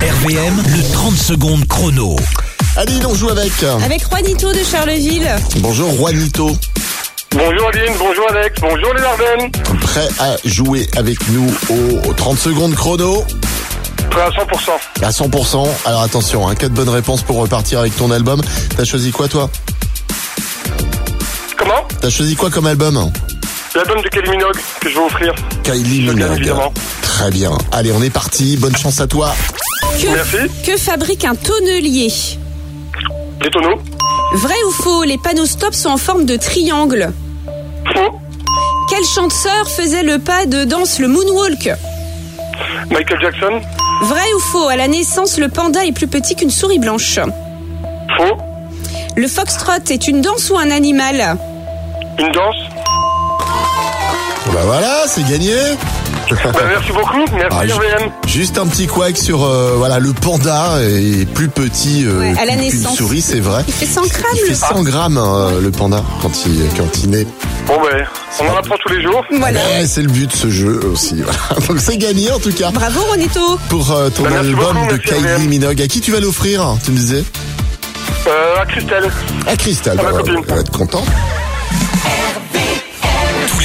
RVM, le 30 secondes chrono. Aline, on joue avec. Avec Juanito de Charleville. Bonjour Juanito. Bonjour Aline, bonjour Alex, bonjour les Ardennes. Prêt à jouer avec nous aux 30 secondes chrono Prêt à 100%. à 100%. Alors attention, hein, 4 bonnes réponses pour repartir avec ton album. T'as choisi quoi toi Comment T'as choisi quoi comme album L'album de Kelly Minogue que je vais offrir. Kylie Bien Minogue. évidemment. Très bien. Allez, on est parti. Bonne chance à toi. Que, Merci. que fabrique un tonnelier Des tonneaux. Vrai ou faux, les panneaux stop sont en forme de triangle. Faux. Quel chanteur faisait le pas de danse, le moonwalk Michael Jackson. Vrai ou faux, à la naissance, le panda est plus petit qu'une souris blanche. Faux. Le foxtrot est une danse ou un animal Une danse. Bah voilà, c'est gagné. Bah, merci beaucoup. Ah, Merci ju- RVM. juste un petit couac sur euh, voilà le panda est plus petit euh, Ouais, à la qu'une naissance. souris, c'est vrai. Il fait 100 grammes, Il fait le 100 grammes hein, le panda quand il quand il naît. Bon ben, on en apprend tous les jours. Voilà. Ouais, c'est le but de ce jeu aussi. voilà. Donc c'est gagné en tout cas Bravo, Juanito pour euh, ton Bah, merci album beaucoup, de monsieur Kylie Adrien. Minogue. À qui tu vas l'offrir hein, Tu me disais Euh, à Christelle. À Cristal. À ma Bah, copine. elle va être contente. Tous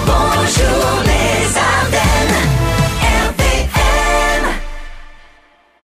bonjour les